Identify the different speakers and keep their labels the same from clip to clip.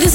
Speaker 1: this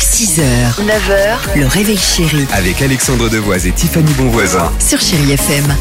Speaker 2: 6h, 9h, le réveil chéri
Speaker 3: avec Alexandre Devoise et Tiffany Bonvoisin.
Speaker 2: sur Chérie FM.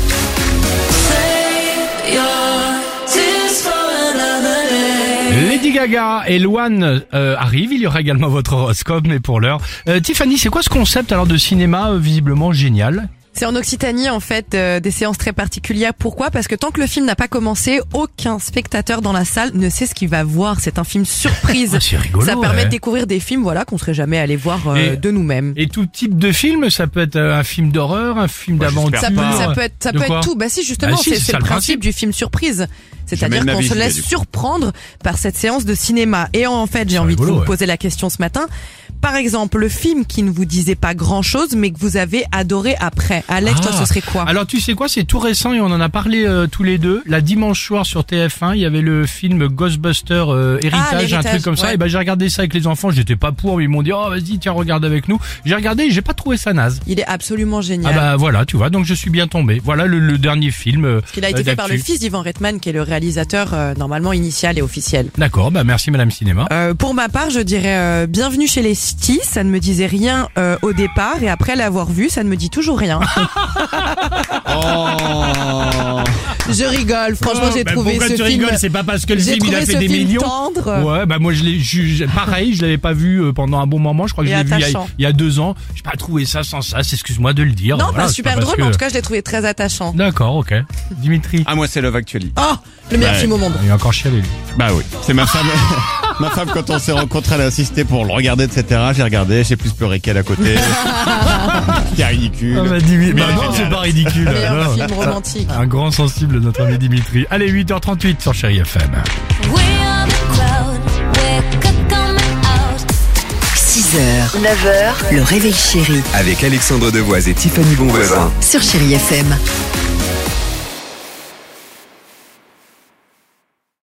Speaker 4: Lady Gaga et Luan euh, arrivent. Il y aura également votre horoscope, mais pour l'heure. Euh, Tiffany, c'est quoi ce concept alors de cinéma euh, visiblement génial
Speaker 5: C'est en Occitanie en fait euh, des séances très particulières. Pourquoi Parce que tant que le film n'a pas commencé, aucun spectateur dans la salle ne sait ce qu'il va voir. C'est un film surprise.
Speaker 4: Ah, c'est rigolo,
Speaker 5: Ça permet
Speaker 4: ouais.
Speaker 5: de découvrir des films voilà qu'on serait jamais allé voir euh,
Speaker 4: Et-
Speaker 5: de nous-mêmes.
Speaker 4: Et tout type de film, ça peut être euh, un film d'horreur, un film
Speaker 6: Moi,
Speaker 4: d'aventure.
Speaker 5: Ça peut, ça peut être, ça
Speaker 4: Ah, De
Speaker 5: peut
Speaker 4: quoi
Speaker 5: être tout. Bah si, justement,
Speaker 4: Ah, si,
Speaker 5: c'est
Speaker 4: c'est
Speaker 5: c'est
Speaker 4: ça
Speaker 5: le
Speaker 4: le
Speaker 5: principe,
Speaker 4: principe.
Speaker 5: du film surprise. C'est-à-dire
Speaker 6: Jamais de ma
Speaker 5: qu'on
Speaker 6: vie,
Speaker 5: se
Speaker 6: je l'ai
Speaker 5: laisse
Speaker 6: vu.
Speaker 5: surprendre par cette séance de cinéma. Et en fait, j'ai envie de
Speaker 4: rigolo,
Speaker 5: vous
Speaker 4: ouais.
Speaker 5: poser la question ce matin. Par exemple, le film qui ne vous disait pas grand-chose, mais que vous avez adoré après. Alex, toi,
Speaker 4: Ah.
Speaker 5: ce serait quoi
Speaker 4: Alors tu sais quoi, c'est tout récent et on en a parlé euh, tous les deux. La dimanche soir sur TF1, il y avait le film Ghostbuster euh, Héritage, un
Speaker 5: Ah, l'héritage,
Speaker 4: truc comme ça.
Speaker 5: ouais.
Speaker 4: Et ben j'ai regardé ça avec les enfants, j'étais pas pour, mais ils m'ont dit "Oh, vas-y, tiens, regarde avec nous." J'ai regardé et j'ai pas trouvé ça naze.
Speaker 5: Il est absolument génial.
Speaker 4: Ah bah voilà, tu vois, donc je suis bien tombé. Voilà le, le dernier film. euh,
Speaker 5: Parce qu'il a été
Speaker 4: euh,
Speaker 5: fait par le
Speaker 4: d'actu.
Speaker 5: fils d'Ivan Reitman, qui est le réalisateur euh, normalement initial et officiel.
Speaker 4: D'accord, bah merci Madame Cinéma.
Speaker 5: Euh, pour ma part, je dirais euh, bienvenue chez les Stis. Ça ne me disait rien euh, au départ et après l'avoir vu, ça ne me dit toujours rien.
Speaker 4: Oh.
Speaker 5: Je rigole. Franchement, Euh,
Speaker 4: Bah,
Speaker 5: j'ai trouvé ce film.
Speaker 4: C'est pas parce que
Speaker 5: J'ai trouvé ce film tendre.
Speaker 4: Ouais, bah moi je l'ai jugé. Pareil, je l'avais pas vu euh, pendant un bon moment. Je crois que
Speaker 5: Et
Speaker 4: je l'ai vu il y, a,
Speaker 5: attachant.
Speaker 4: il y a deux ans. J'ai pas trouvé ça sans ça. Excuse-moi de le dire.
Speaker 5: Non,
Speaker 4: Voilà,
Speaker 5: pas
Speaker 4: c'est
Speaker 5: super
Speaker 4: parce
Speaker 5: drôle,
Speaker 4: que-
Speaker 5: mais en tout cas, je l'ai trouvé très attachant.
Speaker 4: D'accord, ok. Dimitri.
Speaker 6: Ah moi c'est Love Actually.
Speaker 5: Oh, le meilleur
Speaker 6: Ouais.
Speaker 5: film au monde.
Speaker 4: Il a encore chialé lui.
Speaker 6: Bah oui, c'est ma femme. ma femme quand on s'est rencontrés, elle a insisté pour le regarder, etc. J'ai regardé, j'ai plus pleuré qu'elle à côté. C'était ridicule. Mais
Speaker 4: Bah non,
Speaker 6: génial.
Speaker 4: c'est pas ridicule.
Speaker 5: Meilleur
Speaker 4: non.
Speaker 5: film romantique.
Speaker 4: Un grand sensible, notre ami Dimitri. Allez, 8h38 sur Chéri FM.
Speaker 2: 6h, 9h, le réveil chéri
Speaker 3: Avec Alexandre Devoise et Tiffany Bonvoisin.
Speaker 2: sur Chérie FM.